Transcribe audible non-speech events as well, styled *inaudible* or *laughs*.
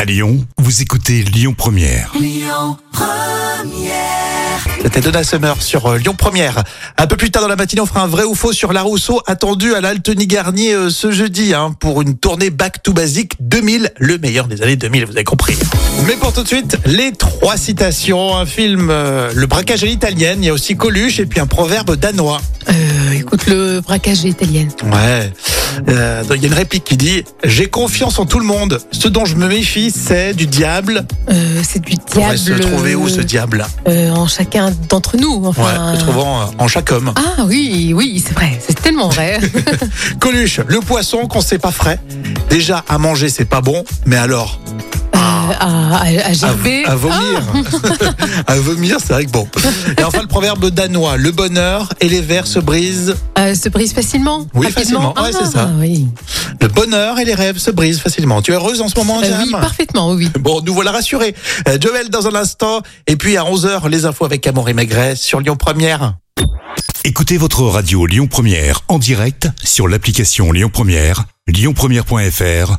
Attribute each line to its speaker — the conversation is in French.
Speaker 1: À Lyon, vous écoutez Lyon Première.
Speaker 2: C'était Donna Summer sur euh, Lyon Première. Un peu plus tard dans la matinée, on fera un vrai ou faux sur la Rousseau, attendu à l'Altony Garnier euh, ce jeudi hein, pour une tournée Back to Basic 2000, le meilleur des années 2000, vous avez compris. Mais pour tout de suite, les trois citations, un film, euh, le braquage à l'italienne, il y a aussi Coluche et puis un proverbe danois.
Speaker 3: Euh, écoute, le braquage italien.
Speaker 2: Ouais. Euh, donc, il y a une réplique qui dit J'ai confiance en tout le monde. Ce dont je me méfie, c'est du diable.
Speaker 3: Euh, c'est du diable.
Speaker 2: Pourrait se trouver où ce diable
Speaker 3: euh, En chacun d'entre nous,
Speaker 2: Ouais,
Speaker 3: enfin.
Speaker 2: se trouvant euh, en chaque homme.
Speaker 3: Ah oui, oui, c'est vrai. C'est
Speaker 2: *laughs*
Speaker 3: tellement vrai. Euh,
Speaker 2: Coluche, le poisson qu'on sait pas frais. Déjà, à manger, c'est pas bon, mais alors,
Speaker 3: Euh, à, à, à
Speaker 2: à,
Speaker 3: gerber.
Speaker 2: à vomir. *laughs* à vomir, c'est vrai que bon. Et enfin, le proverbe danois, le bonheur et les vers se brisent.
Speaker 3: Euh, se brise facilement.
Speaker 2: Oui,
Speaker 3: rapidement.
Speaker 2: facilement, ouais,
Speaker 3: Ah,
Speaker 2: c'est ça.
Speaker 3: Oui,
Speaker 2: Le bonheur et les rêves se brisent facilement. Tu es heureuse en ce moment,
Speaker 3: Euh,
Speaker 2: Jam
Speaker 3: oui parfaitement, oui.
Speaker 2: Bon, nous voilà rassurés. Euh, Joël dans un instant. Et puis à 11h, les infos avec Amaury Maigret sur Lyon Première.
Speaker 1: Écoutez votre radio Lyon Première en direct sur l'application Lyon Première, lyonpremière.fr